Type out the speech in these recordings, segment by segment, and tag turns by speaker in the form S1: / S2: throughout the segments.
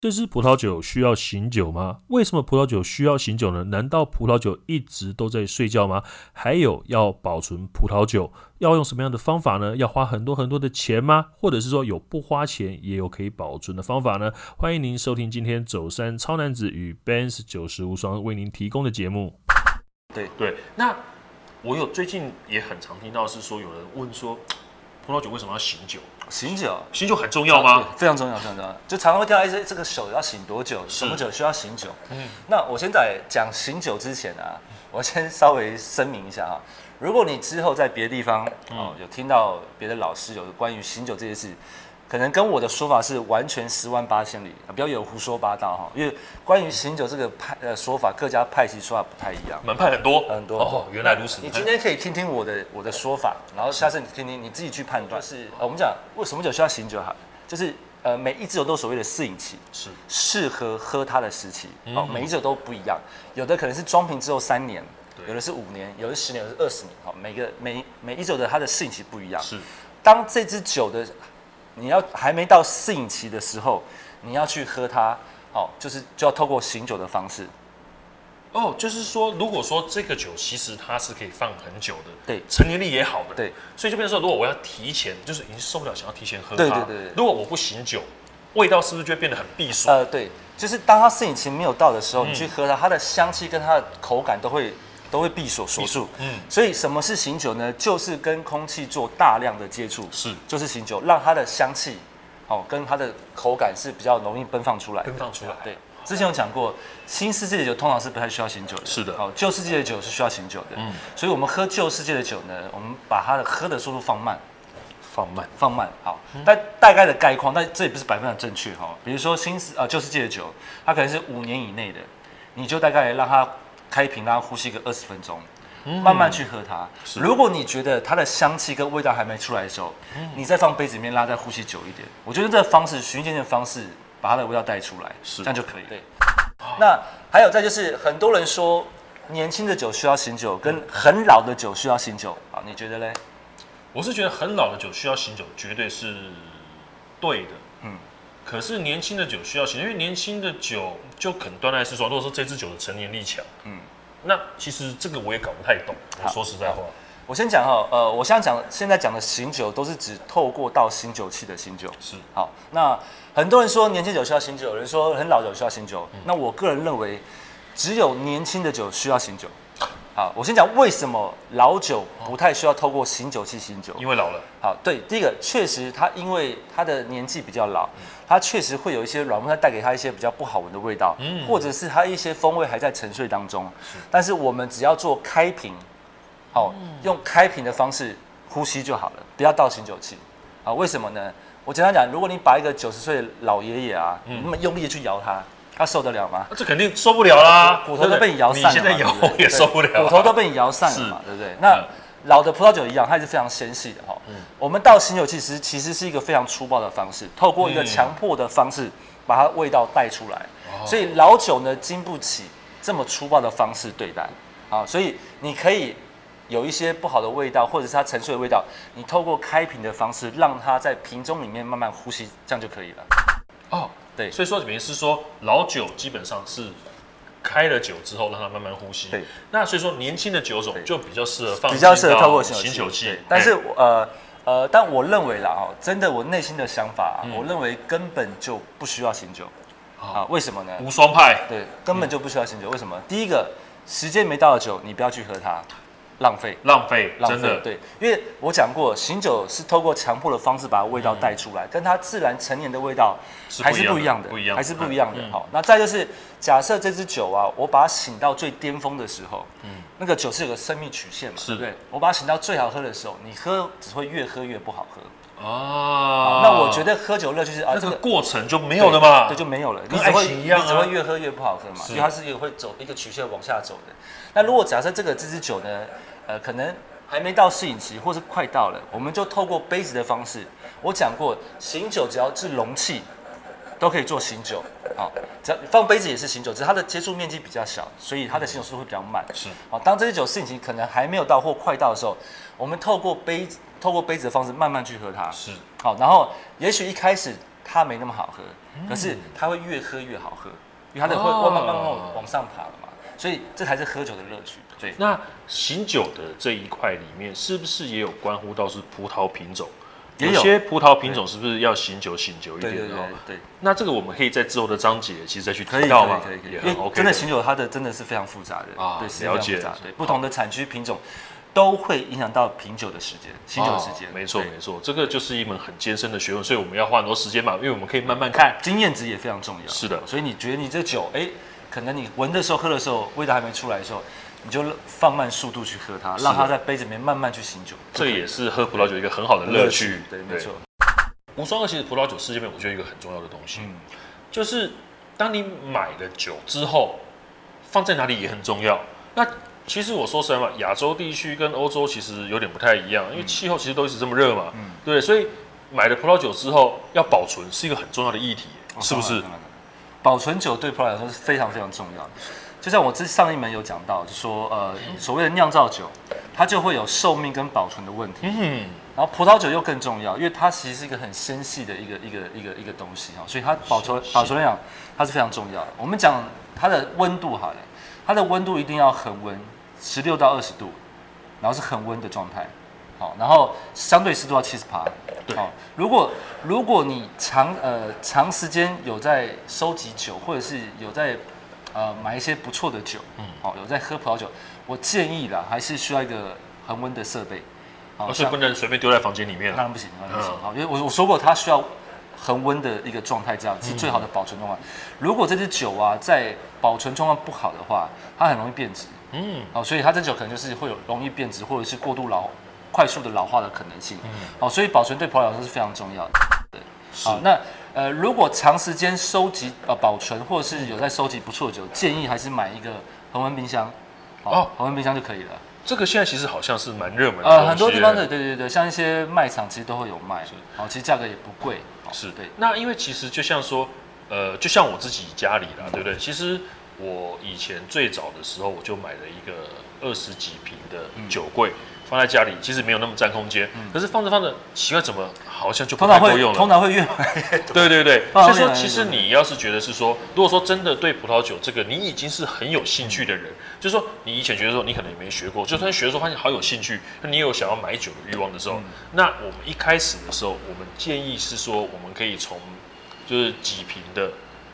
S1: 这支葡萄酒需要醒酒吗？为什么葡萄酒需要醒酒呢？难道葡萄酒一直都在睡觉吗？还有，要保存葡萄酒要用什么样的方法呢？要花很多很多的钱吗？或者是说有不花钱也有可以保存的方法呢？欢迎您收听今天走山超男子与 Benz 九十无双为您提供的节目。
S2: 对对，那我有最近也很常听到是说有人问说，葡萄酒为什么要醒酒？
S3: 醒酒
S2: 醒酒很重要吗？
S3: 对非常重要，非常重要。就常常会听到哎这这个手要醒多久，什么酒需要醒酒。嗯，那我先在讲醒酒之前啊，我先稍微声明一下啊，如果你之后在别的地方哦有听到别的老师有关于醒酒这件事，可能跟我的说法是完全十万八千里，啊不要有胡说八道哈、因为关于醒酒这个派呃说法，各家派系说法不太一样。
S2: 门派很多
S3: 很多
S2: 哦，原来如此。
S3: 你今天可以听听我的我的说法，然后下次你听听你自己去判断。就是、呃、我们讲为什么酒需要醒酒好了，就是呃每一支酒都有所谓的适饮期，
S2: 是
S3: 适合喝它的时期。哦，每一支酒都不一样，有的可能是装瓶之后三年，有的是五年，有的是十年，有的是二十年。好、每个每每一酒的它的适饮期不一样。
S2: 是，
S3: 当这支酒的你要还没到适饮期的时候，你要去喝它，哦，就是就要透过醒酒的方式。
S2: 哦，就是说，如果说这个酒其实它是可以放很久的，
S3: 对
S2: 成年力也好的，
S3: 对，
S2: 所以就变成说，如果我要提前，就是已经受不了，想要提前喝它，
S3: 对对对对
S2: 如果我不醒酒，味道是不是就会变得很避暑？
S3: 呃，对，就是当它适饮期没有到的时候，
S2: 嗯
S3: 你去喝它，它的香气跟它的口感都会都会闭锁锁住。
S2: 嗯
S3: 嗯，所以什么是醒酒呢？就是跟空气做大量的接触，
S2: 是
S3: 就是醒酒，让它的香气哦跟它的口感是比较容易奔放出来的。
S2: 奔放出来，
S3: 对，之前有讲过，新世界的酒通常是不太需要醒酒的。
S2: 是的
S3: 哦，旧世界的酒是需要醒酒的。
S2: 嗯
S3: 嗯，所以我们喝旧世界的酒呢，我们把它的喝的速度放慢。
S2: 放慢，
S3: 放慢好，但大概的概况，但这也不是百分之百正确哈、比如说新世呃旧世界的酒，它可能是五年以内的，你就大概让它开瓶，让它呼吸个二十分钟，慢慢去喝它。如果你觉得它的香气跟味道还没出来的时候，你再放杯子里面，让它再呼吸久一点。我觉得这个方式循序渐进的方式，把它的味道带出来，
S2: 是
S3: 这样就可以。对。那还有再就是，很多人说年轻的酒需要醒酒，跟很老的酒需要醒酒啊，你觉得嘞？
S2: 我是觉得很老的酒需要醒酒，绝对是对的。嗯
S3: 嗯，
S2: 可是年轻的酒需要醒，因为年轻的酒就很端赖是说，如果说这支酒的成年力强，嗯
S3: 嗯，
S2: 那其实这个我也搞不太懂。我
S3: 好
S2: 说实在话，
S3: 我先讲哈，呃，我现在讲现在讲的醒酒都是指透过到醒酒器的醒酒。
S2: 是
S3: 好，那很多人说年轻酒需要醒酒，有人说很老酒需要醒酒。那我个人认为，只有年轻的酒需要醒酒。好，我先讲为什么老酒不太需要透过醒酒器醒酒。
S2: 因为老了，
S3: 好，对，第一个确实他因为他的年纪比较老，他确实会有一些软木塞带给他一些比较不好闻的味道，或者是他一些风味还在沉睡当中。但是我们只要做开瓶，好、用开瓶的方式呼吸就好了，不要倒醒酒器。啊，为什么呢？我简单讲，如果你把一个九十岁的老爷爷啊，那么用力地去摇他，他受得了吗？
S2: 啊那这肯定受不了啦，
S3: 骨头都被你摇散
S2: 对不啊
S3: 了嘛，
S2: 对你现在摇
S3: 对不对
S2: 也受不了啊，
S3: 对骨头都被你摇散了嘛，对不对？那
S2: 嗯
S3: 老的葡萄酒一样，它也是非常纤细的哈。我们倒醒酒其实其实是一个非常粗暴的方式，透过一个强迫的方式把它味道带出来，
S2: 哦
S3: 所以老酒呢经不起这么粗暴的方式对待啊，所以你可以。有一些不好的味道，或者是它沉睡的味道，你透过开瓶的方式，让它在瓶中里面慢慢呼吸，这样就可以了。
S2: 哦，
S3: 对
S2: 所以说等于是说老酒基本上是。开了酒之后，让它慢慢呼吸。
S3: 对，
S2: 那所以说年轻的酒种
S3: 对
S2: 就比较适合放，
S3: 比较适合透过
S2: 醒
S3: 醒
S2: 酒
S3: 酒
S2: 器
S3: 对。但是
S2: 哎
S3: 我呃呃，但我认为啦哦，真的我内心的想法啊、我认为根本就不需要醒酒啊，为什么呢？
S2: 无双派
S3: 对，根本就不需要醒酒，为什么？第一个，时间没到的酒你不要去喝它，浪费。
S2: 浪费，
S3: 浪
S2: 真
S3: 费
S2: 的，
S3: 对，因为我讲过，醒酒是透过强迫的方式把味道带出来，跟它自然成年的味道
S2: 嗯是
S3: 还是
S2: 不
S3: 不
S2: 一
S3: 一
S2: 样
S3: 样
S2: 的
S3: 的，
S2: 不一样的
S3: 还是不一样的
S2: 嗯。
S3: 好，那再就是，假设这支酒啊，我把它醒到最巅峰的时候，嗯，那个酒是有个生命曲线嘛，
S2: 是
S3: 对不对？我把它醒到最好喝的时候，你喝只会越喝越不好喝。
S2: 啊
S3: 那我觉得喝酒乐趣是啊，
S2: 那
S3: 这
S2: 个
S3: 个。
S2: 过程就没有了嘛，
S3: 对，就没有了。你
S2: 跟
S3: 只
S2: 爱
S3: 会
S2: 情一样啊
S3: 你只会越喝越不好喝嘛，
S2: 是
S3: 因为它是一个会走一个曲线往下走的。那如果假设这个这支酒呢，呃，可能还没到适饮期，或是快到了，我们就透过杯子的方式，我讲过，醒酒只要是容器。都可以做醒酒，好，只要放杯子也是醒酒，只是它的接触面积比较小，所以它的醒酒速度会比较慢。
S2: 是
S3: 好，当这些酒事情可能还没有到或快到的时候，我们透过杯子透过杯子的方式慢慢去喝它。
S2: 是
S3: 好，然后也许一开始它没那么好喝，可是它会越喝越好喝，因为它的会
S2: 嗯哦
S3: 慢慢慢慢往上爬了嘛，所以这才是喝酒的乐趣。对，
S2: 那醒酒的这一块里面，是不是也有关乎到是葡萄品种？
S3: 也有
S2: 些葡萄品种是不是要醒酒醒酒一
S3: 对对
S2: 点
S3: 对
S2: 哦？
S3: 对，
S2: 那这个我们可以在之后的章节其实再去
S3: 可以
S2: 提
S3: 可
S2: 到
S3: 以
S2: 嘛
S3: 可以，可以，
S2: 也
S3: 因
S2: 很
S3: 为
S2: OK
S3: 真的
S2: 的。
S3: 醒酒它的真的是非常复杂的
S2: 啊
S3: 对，是
S2: 了
S3: 非常
S2: 解
S3: 复杂的，对，
S2: 好
S3: 不同的产区品种都会影响到品酒的时间，醒酒的时间，
S2: 哦没错
S3: 啊对
S2: 没错，这个就是一门很艰深的学问，所以我们要花很多时间嘛，因为我们可以慢慢看。
S3: 经验值也非常重要。
S2: 是的
S3: 所以你觉得你这酒，哎、可能你闻的时候、喝的时候，味道还没出来的时候，你就放慢速度去喝它，
S2: 的
S3: 让它在杯子里面慢慢去醒酒。
S2: 这个也是喝葡萄酒一个很好的乐趣。
S3: 对，没错。
S2: 无双二其实葡萄酒世界杯，我觉得有一个很重要的东西，
S3: 嗯
S2: 就是当你买了酒之后，放在哪里也很重要。那其实我说实在话，亚洲地区跟欧洲其实有点不太一样，因为气候其实都一直这么热嘛，
S3: 嗯
S2: 对，所以买了葡萄酒之后要保存是一个很重要的议题，是不
S3: 哦当
S2: 是
S3: 然？当？然保存酒对葡萄酒来说是非常非常重要的。就像我之上一门有讲到，就说呃，所谓的酿造酒，它就会有寿命跟保存的问题。
S2: 嗯，
S3: 然后葡萄酒又更重要，因为它其实是一个很纤细的一个一个一个一个东西哈，所以它保存
S2: 是
S3: 保存来讲，它是非常重要的。我们讲它的温度好了，它的温度一定要恒温，十六到二十度，然后是恒温的状态，好，然后相对湿度要七十趴。
S2: 对
S3: 好，如果如果你长呃长时间有在收集酒，或者是有在呃买一些不错的酒，嗯，好，有在喝葡萄酒，我建议啦，还是需要一个恒温的设备。好
S2: 而且
S3: 像
S2: 哦不能随便丢在房间里面
S3: 当
S2: 了。
S3: 然不行，当然不行
S2: 嗯。
S3: 好，因为我我说过，它需要恒温的一个状态，这样是最好的保存状况。如果这支酒啊，在保存状况不好的话，它很容易变质。
S2: 嗯，
S3: 好，所以它这酒可能就是会有容易变质，或者是过度老、快速的老化的可能性。好，所以保存对葡萄酒来说是非常重要的。对，好，那呃，如果长时间收集呃保存，或者是有在收集不错的酒，建议还是买一个恒温冰箱。
S2: 哦
S3: 好，恒温冰箱就可以了。
S2: 这个现在其实好像是蛮热门的东西耶。
S3: 呃，很多地方的对对对，像一些卖场其实都会有卖，哦，其实价格也不贵，哦
S2: 是
S3: 对，
S2: 那因为其实就像说，呃，就像我自己家里啦，对不对？其实我以前最早的时候，我就买了一个二十几平的
S3: 嗯
S2: 酒柜。放在家里其实没有那么占空间，可是放着放着，奇怪怎么好像就不
S3: 通
S2: 太
S3: 常
S2: 够
S3: 会
S2: 用
S3: 通
S2: 了？
S3: 常会越买越多，
S2: 对对对，
S3: 通
S2: 所
S3: 常
S2: 以说
S3: 会
S2: 其实
S3: 越哦来越
S2: 你要是觉得是说，如果说真的对葡萄酒这个你已经是很有兴趣的人，就是说你以前觉得说你可能也没学过，就算学的时候发现好有兴趣，那你有想要买酒的欲望的时候，
S3: 嗯
S2: 那我们一开始的时候，我们建议是说我们可以从就是几瓶的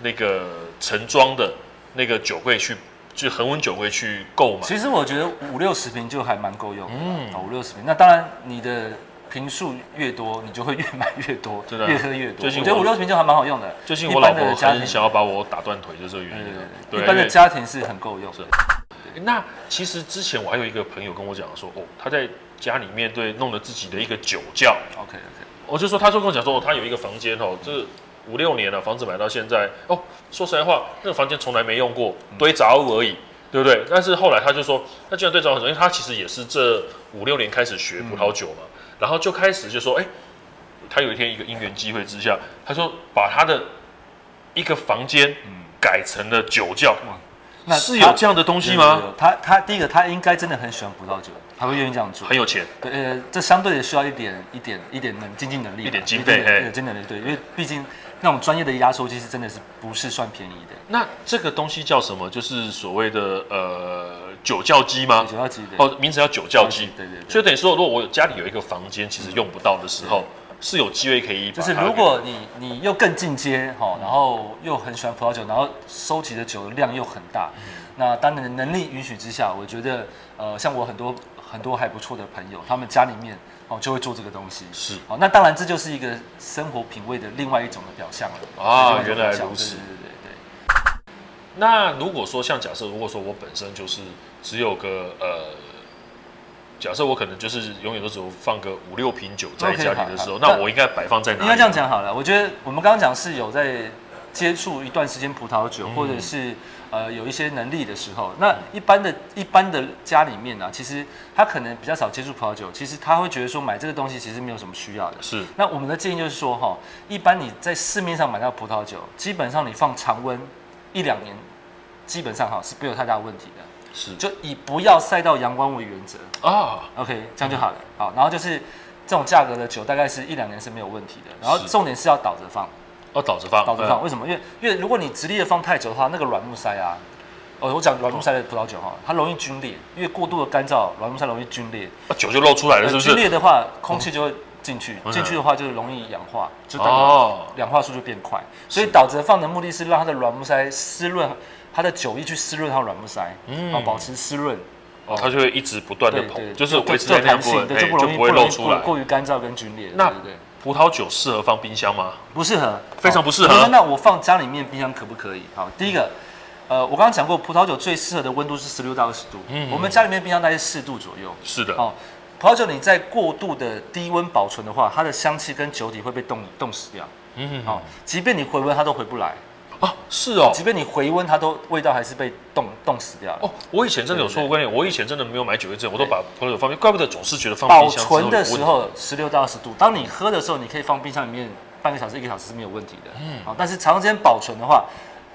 S2: 那个盛装的那个酒柜去，就恒温酒柜去购买。
S3: 其实我觉得五六十瓶就还蛮够用的，
S2: 嗯
S3: 嗯，五六十瓶。那当然，你的瓶数越多，你就会越买越 多，
S2: 真的啊
S3: 越喝越多。
S2: 最
S3: 我
S2: 近
S3: 觉得
S2: 我
S3: 五六十瓶就还蛮好用的。
S2: 最近
S3: 一
S2: 我老
S3: 般
S2: 婆
S3: 的家庭
S2: 很想要把我打断腿，就是这个原
S3: 对
S2: 因
S3: 对
S2: 啊。
S3: 对，
S2: 对，
S3: 一般
S2: 因
S3: 的
S2: 为
S3: 家庭是很够用的。
S2: 那其实之前我还有一个朋友跟我讲说，哦，他在家里面对弄了自己的一个酒窖，
S3: OK OK，
S2: 我就说，他就跟我讲说，哦，他有一个房间哦，这五六年了，房子买到现在，哦，说实在话，那个房间从来没用过，
S3: 嗯
S2: 堆杂物而已，对不对？但是后来他就说，那既然堆杂物很重要，因为他其实也是这五六年开始学葡萄酒嘛，
S3: 嗯
S2: 然后就开始就说，哎，他有一天一个因缘机会之下，他说把他的一个房间改成了酒窖，
S3: 嗯那
S2: 是有这样的东西吗？？
S3: 他他第一个，他应该真的很喜欢葡萄酒，他会愿意这样做。
S2: 很有钱。
S3: 对，呃，这相对也需要一点一点一点能经济能力吧，
S2: 一点经费嘿
S3: 对，经济能力对，因为毕竟那种专业的压缩机是真的是不是算便宜的，
S2: 那这个东西叫什么？就是所谓的呃酒窖机吗？
S3: 主要级的。
S2: 哦，名字叫酒窖机。
S3: 对对对
S2: 所以等于说，如果我有家里有一个房间，其实用不到的时候，是有机会可以把
S3: 就
S2: 它
S3: 是
S2: 给。
S3: 如果你你又更进阶哈，然后又很喜欢葡萄酒，然后收集的酒的量又很大，
S2: 嗯
S3: 那当然能力允许之下，我觉得呃，像我很多很多还不错的朋友，他们家里面哦就会做这个东西，
S2: 是
S3: 哦，那当然这就是一个生活品味的另外一种的表象了
S2: 啊
S3: 另外一种
S2: 原来
S3: 表象
S2: 如此
S3: 对对对对对。
S2: 那如果说像假设，如果说我本身就是只有个呃，假设我可能就是永远都只有放个五六瓶酒在
S3: OK，
S2: 家里的时候，
S3: 好
S2: 那
S3: 好
S2: 我应该摆放在哪里？
S3: 应该这样。讲好了，我觉得我们刚刚讲是有在接触一段时间葡萄酒，或者是呃有一些能力的时候，那一般的一般的家里面呢、啊，其实他可能比较少接触葡萄酒，其实他会觉得说买这个东西其实没有什么需要的。
S2: 是
S3: 那我们的建议就是说哈，一般你在市面上买到葡萄酒，基本上你放常温一两年，基本上哈是没有太大问题的，
S2: 是
S3: 就以不要晒到阳光为原则。
S2: 啊，
S3: OK，这样就好了。好，然后就是这种价格的酒，大概是一两年是没有问题的。然后重点是要倒着放，
S2: 哦，倒着放，
S3: 倒着放。为什么？因为因为如果你直立的放太久的话，那个软木塞啊，哦，我讲软木塞的葡萄酒哈，它容易皲裂，因为过度的干燥，软木塞容易皲裂。呃
S2: 嗯啊酒就漏出来了，是不
S3: 皲裂
S2: 是？
S3: 的话，空气就会进去，
S2: 嗯
S3: 进去的话就容易氧化，就代表
S2: 哦，
S3: 氧化速度变快。所以倒着放的目的是让它的软木塞湿润，它的酒液去湿润它的软木塞，
S2: 嗯
S3: 然后保持湿润。
S2: 哦，它就会一直不断的
S3: 对对，
S2: 膨，就是维持
S3: 有
S2: 在那
S3: 弹
S2: 部
S3: 性，
S2: 分，
S3: 对，
S2: 哎
S3: 就不容易
S2: 不会
S3: 容
S2: 漏
S3: 易
S2: 出
S3: 过
S2: 来。
S3: 过于干燥跟皲裂。
S2: 那
S3: 对对对
S2: 葡萄酒适合放冰箱吗？
S3: 不适合，
S2: 非常不适合
S3: 好那我放家里面冰箱可不可以？好，第一个，呃，我刚刚讲过，葡萄酒最适合的温度是十六到二十度，
S2: 嗯
S3: 我们家里面冰箱大概四度左右。
S2: 是的，
S3: 好，葡萄酒你在过度的低温保存的话，它的香气跟酒体会被冻冻死掉。
S2: 嗯，
S3: 好，即便你回温它都回不来，
S2: 啊，是哦，
S3: 即便你回温它都味道还是被冻冻死掉了。
S2: 哦，我以前真的有错过观念，我以前真的没有买酒精证，我都把葡萄酒放冰，怪不得总是觉得放
S3: 保
S2: 冰箱之后有
S3: 存的时
S2: 问题
S3: 候十六到二十度，当你喝的时候，你可以放冰箱里面半个小时、一个小时是没有问题的。嗯，好，但是长时间保存的话，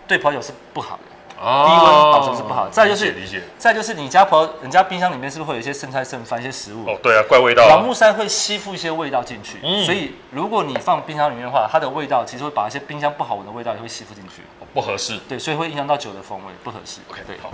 S3: 对葡萄酒是不好的。
S2: 哦
S3: 低温保存是不好再就是
S2: 理解理解
S3: 再就是你家婆人家冰箱里面是不是会有一些剩菜剩饭、一些食物？
S2: 哦，对啊，怪味道
S3: 软
S2: 啊，
S3: 木塞会吸附一些味道进去，
S2: 嗯
S3: 所以如果你放冰箱里面的话，它的味道其实会把一些冰箱不好闻的味道也会吸附进去，
S2: 不合适。
S3: 对，所以会影响到酒的风味，不合适。
S2: OK，
S3: 对，
S2: 好。